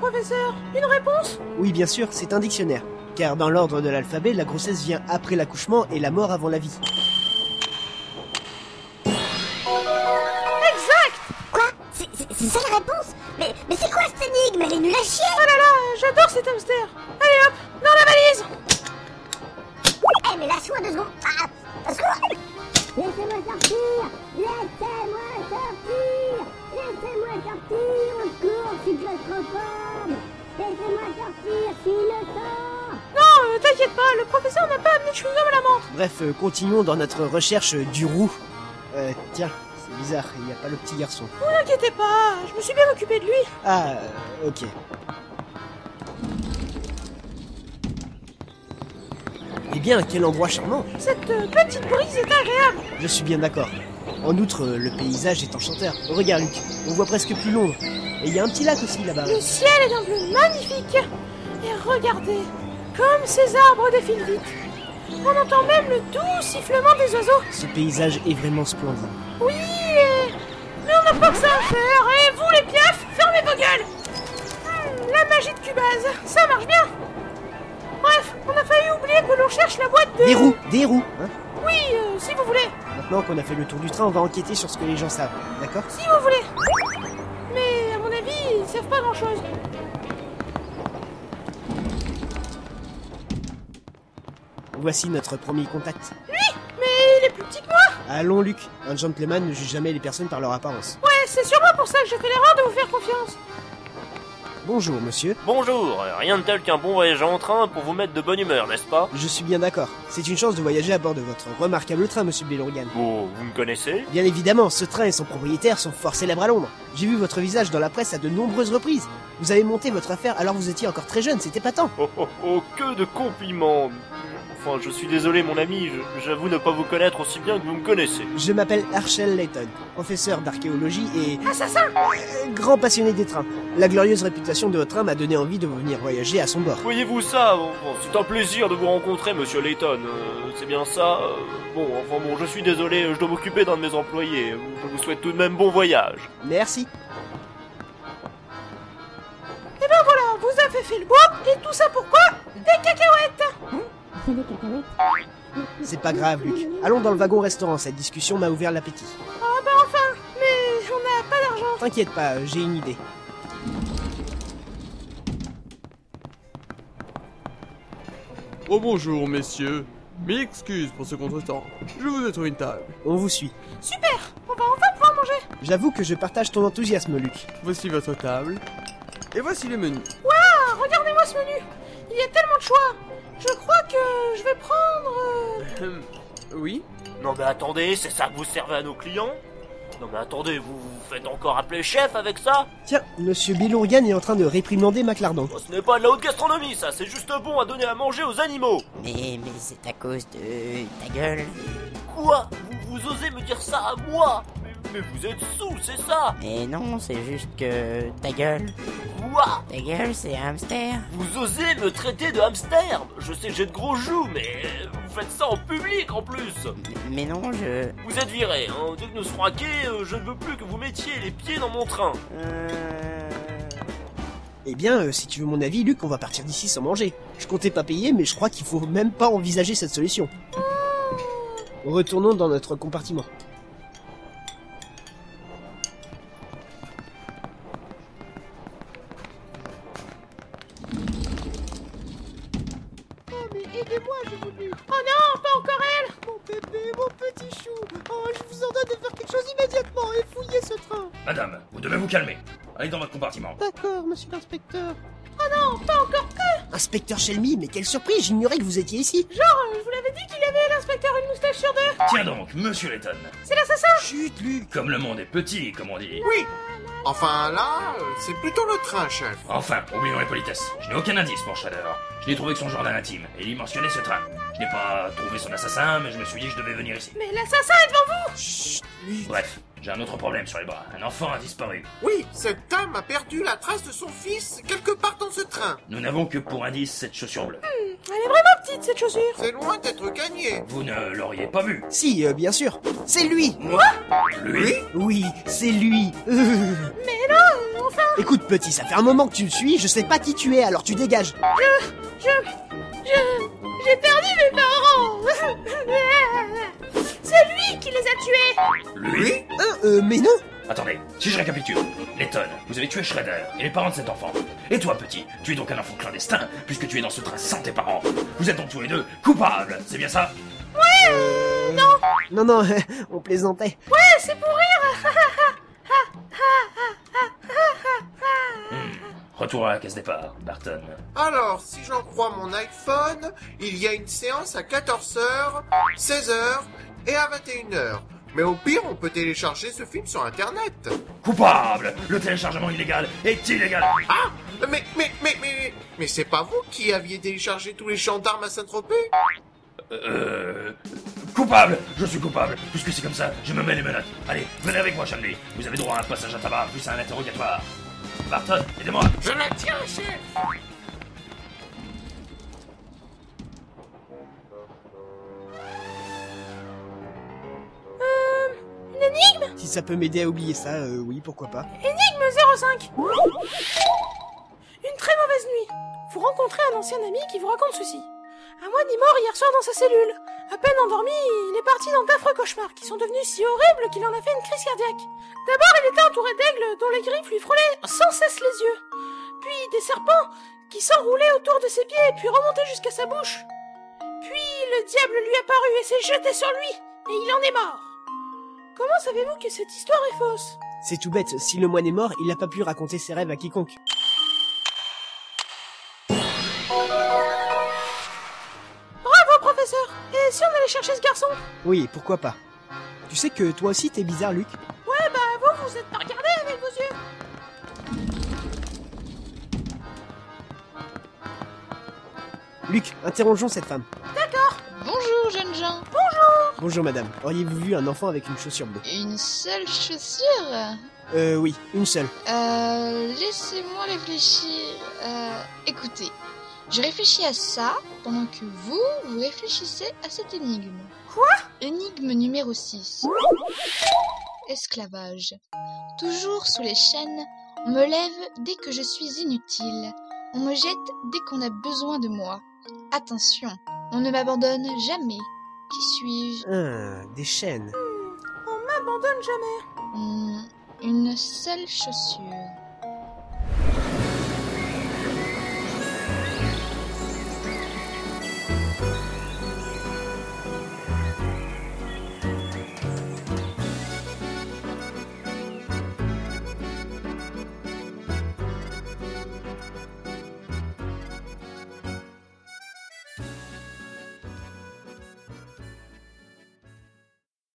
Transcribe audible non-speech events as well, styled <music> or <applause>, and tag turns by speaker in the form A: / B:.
A: professeur Une réponse
B: Oui, bien sûr, c'est un dictionnaire. Car dans l'ordre de l'alphabet, la grossesse vient après l'accouchement et la mort avant la vie.
A: Exact
C: Quoi C'est- C'est c'est ça la réponse Mais, mais c'est quoi cette énigme Elle est nulle à chier
A: Oh là là, j'adore cet hamster Allez hop, dans la valise
C: Eh mais lâche-moi deux secondes Ah ah, secours Laissez-moi sortir Laissez-moi sortir Laissez-moi sortir Au secours, je suis claustrophobe Laissez-moi sortir, je suis innocent
A: Non, euh, t'inquiète pas, le professeur n'a pas amené de chewing-gum à la menthe
B: Bref, euh, continuons dans notre recherche euh, du roux. Euh, tiens, c'est bizarre, il n'y a pas le petit garçon.
A: Ne t'inquiétez pas, je me suis bien occupé de lui
B: Ah, euh, ok. Eh bien, quel endroit charmant
A: Cette euh, petite brise est agréable
B: Je suis bien d'accord. En outre, euh, le paysage est enchanteur. Regarde, Luc, on voit presque plus Londres. Et il y a un petit lac aussi là-bas.
A: Le ciel est d'un bleu magnifique Et regardez, comme ces arbres défilent vite On entend même le doux sifflement des oiseaux
B: Ce paysage est vraiment splendide.
A: Oui, et- mais on n'a pas que ça à faire Et vous les piafs, fermez vos gueules Hmm, La magie de Cubase, ça marche bien Bref, on a failli oublier que l'on cherche la boîte de...
B: Des roues, des roues hein.
A: Oui, euh, si vous voulez,
B: Maintenant qu'on a fait le tour du train, on va enquêter sur ce que les gens savent, d'accord
A: si vous voulez Mais à mon avis, ils savent pas grand-chose
B: Voici notre premier contact.
A: Mais il est plus petit que moi
B: Allons, Luc. Un gentleman ne juge jamais les personnes par leur apparence.
A: Ouais, Eh, c'est sûrement pour ça que j'ai fait l'erreur de vous faire confiance
B: Bonjour, monsieur.
D: Bonjour, euh, rien de tel qu'un bon voyage en train pour vous mettre de bonne humeur, n'est-ce pas
B: Je suis bien d'accord. C'est une chance de voyager à bord de votre remarquable train, monsieur Bellorgan.
D: Oh, vous me connaissez
B: Bien évidemment, ce train et son propriétaire sont fort célèbres à Londres. J'ai vu votre visage dans la presse à de nombreuses reprises. Vous avez monté votre affaire alors que vous étiez encore très jeune, c'était pas tant.
D: Oh oh oh, que de compliments Enfin, je suis désolé mon ami, je- j'avoue ne pas vous connaître aussi bien que vous me connaissez.
B: Je m'appelle Archel Layton, professeur d'archéologie et
A: Assassin
B: euh, grand passionné des trains. La glorieuse réputation de votre train m'a donné envie de venir voyager à son bord.
D: Voyez-vous ça bon, bon, C'est un plaisir de vous rencontrer, monsieur Layton. Euh, c'est bien ça euh, Bon, enfin bon, je suis désolé, je dois m'occuper d'un de mes employés. Je vous souhaite tout de même bon voyage.
B: Merci.
A: Voilà, Ah, vous avez fait le bois, et tout ça pourquoi Des cacahuètes
C: C'est des cacahuètes
B: C'est pas grave, Luc. Allons dans le wagon restaurant, cette discussion m'a ouvert l'appétit.
A: Oh bah enfin, mais on n'a pas d'argent
B: T'inquiète pas, euh, j'ai une idée.
E: Oh bonjour messieurs, mille excuses pour ce contretemps. Je vous ai trouvé une table.
B: On vous suit.
A: Super, on va enfin pouvoir manger
B: J'avoue que je partage ton enthousiasme, Luc.
E: Voici votre table. Et voici le menu. <laughs>
A: Ah, regardez-moi ce menu Il y a tellement de choix Je crois que je vais prendre... euh,
E: Hum, oui
D: Non mais attendez, c'est ça que vous servez à nos clients Non mais attendez, vous vous faites encore appeler chef avec ça
B: Tiens, monsieur Bilourgan est en train de réprimander McLardon.
D: Oh, Ce n'est pas de la haute gastronomie ça, c'est juste bon à donner à manger aux animaux
F: Mais, mais c'est à cause de ta gueule.
D: Quoi vous, vous osez me dire ça à moi mais, mais vous êtes sous, c'est ça
F: Mais non, c'est juste que ta gueule.
D: Quoi
F: Ta gueule, c'est un hamster.
D: Vous osez me traiter de hamster Je sais que j'ai de gros joues, mais euh, vous faites ça en public en plus
F: Mais non, je.
D: Vous êtes viré, hein Dès que nous serons hackés, euh, je ne veux plus que vous mettiez les pieds dans mon train
F: Euh...
B: Eh bien, euh, si tu veux mon avis, Luc, on va partir d'ici sans manger. Je comptais pas payer, mais je crois qu'il faut même pas envisager cette solution. Retournons dans notre compartiment.
A: Oh, mais aidez-moi, j'ai voulu Oh non, pas encore elle Mon bébé, mon petit chou Oh, je vous ordonne de faire quelque chose immédiatement et fouiller ce train
G: Madame, vous devez vous calmer. Allez dans votre compartiment.
A: D'accord, monsieur l'inspecteur Oh non, pas encore
B: Inspecteur Shelby, mais quelle surprise, j'ignorais que vous étiez ici.
A: Genre, euh, je vous l'avais dit qu'il avait, l'inspecteur, une moustache sur deux
G: Tiens donc, monsieur Letton.
A: C'est l'assassin
B: Chut, Luc.
G: Comme le monde est petit, comme on dit.
H: Enfin là, euh, c'est plutôt le train, chef.
G: Enfin, oublions les politesses. Je n'ai aucun indice pour Shader. Je n'ai trouvé que son journal intime, et il mentionnait ce train. Je n'ai pas trouvé son assassin, mais je me suis dit que je devais venir ici.
A: Mais l'assassin est devant vous
B: Chut, Luc.
G: Bref, j'ai un autre problème sur les bras. Un enfant a disparu.
H: Oui, cette dame a perdu la trace de son fils quelque part dans ce train.
G: Nous n'avons que pour indice cette chaussure bleue.
A: Elle est vraiment petite, cette chaussure
H: C'est loin d'être gagné.
G: Vous ne l'auriez pas vu.
B: Si, euh, bien sûr. C'est lui.
G: Lui
B: Oui, c'est lui. Euh,
A: Mais non, on Oh, euh, enfin
B: Écoute, petit, ça fait un moment que tu me suis, je sais pas qui tu es, alors tu dégages.
A: Je. Je. J'ai perdu mes parents <laughs> C'est lui qui les a tués
G: Lui
B: Hein, euh, mais non
G: Attendez, si je récapitule, Letton, vous avez tué Shredder et les parents de cet enfant. Et toi, petit, tu es donc un enfant clandestin, puisque tu es dans ce train sans tes parents. Vous êtes donc tous les deux coupables, c'est bien ça
B: Non, non, <laughs> on plaisantait.
A: Ouais, c'est pour rire
G: Retour à la case départ, Barton.
H: Alors, si j'en crois mon iPhone, il y a une séance à 14h, 16h et à 21h. Mais au pire, on peut télécharger ce film sur Internet.
G: Coupable Le téléchargement illégal est illégal
H: Ah Mais, mais, mais, mais, mais c'est pas vous qui aviez téléchargé tous les gendarmes à Saint-Tropez
G: Euh... Coupable Je suis coupable, puisque c'est comme ça, je me mets les menottes. Allez, venez avec moi, Shanley. Vous avez droit à un passage à tabac, plus à un interrogatoire. Barton, aidez-moi
H: Je la tiens, chef
B: Si ça peut m'aider à oublier ça, euh, oui, pourquoi pas.
A: Énigme 05 Une très mauvaise nuit. Vous rencontrez un ancien ami qui vous raconte ceci. Un moine est mort hier soir dans sa cellule. À peine endormi, il est parti dans d'affreux cauchemars qui sont devenus si horribles qu'il en a fait une crise cardiaque. D'abord, il était entouré d'aigles dont les griffes lui frôlaient sans cesse les yeux. Puis des serpents qui s'enroulaient autour de ses pieds puis remontaient jusqu'à sa bouche. Puis le diable lui apparut et s'est jeté sur lui et il en est mort. Comment savez-vous que cette histoire est fausse
B: C'est tout bête, si le moine est mort, il n'a pas pu raconter ses rêves à quiconque.
A: Bravo, Oh, professeur Et si on allait chercher ce garçon
B: Oui, pourquoi pas. Tu sais que toi aussi t'es bizarre, Luc.
A: Ouais, bah vous, vous êtes pas regardé avec vos yeux
B: Luc, interrogeons cette femme.
I: Bonjour, jeunes gens.
B: Bonjour madame, auriez-vous vu un enfant avec une chaussure bleue
I: Une seule chaussure
B: Euh, oui, une seule.
I: Euh, laissez-moi réfléchir. Euh, écoutez, je réfléchis à ça pendant que vous, vous réfléchissez à cette énigme.
A: Quoi
I: Énigme numéro 6. Esclavage. Toujours sous les chaînes, on me lève dès que je suis inutile. On me jette dès qu'on a besoin de moi. Attention, on ne m'abandonne jamais. Qui suis-je
B: Hum, des chaînes.
A: On m'abandonne jamais
I: Hmm, Une Euh, seule chaussure.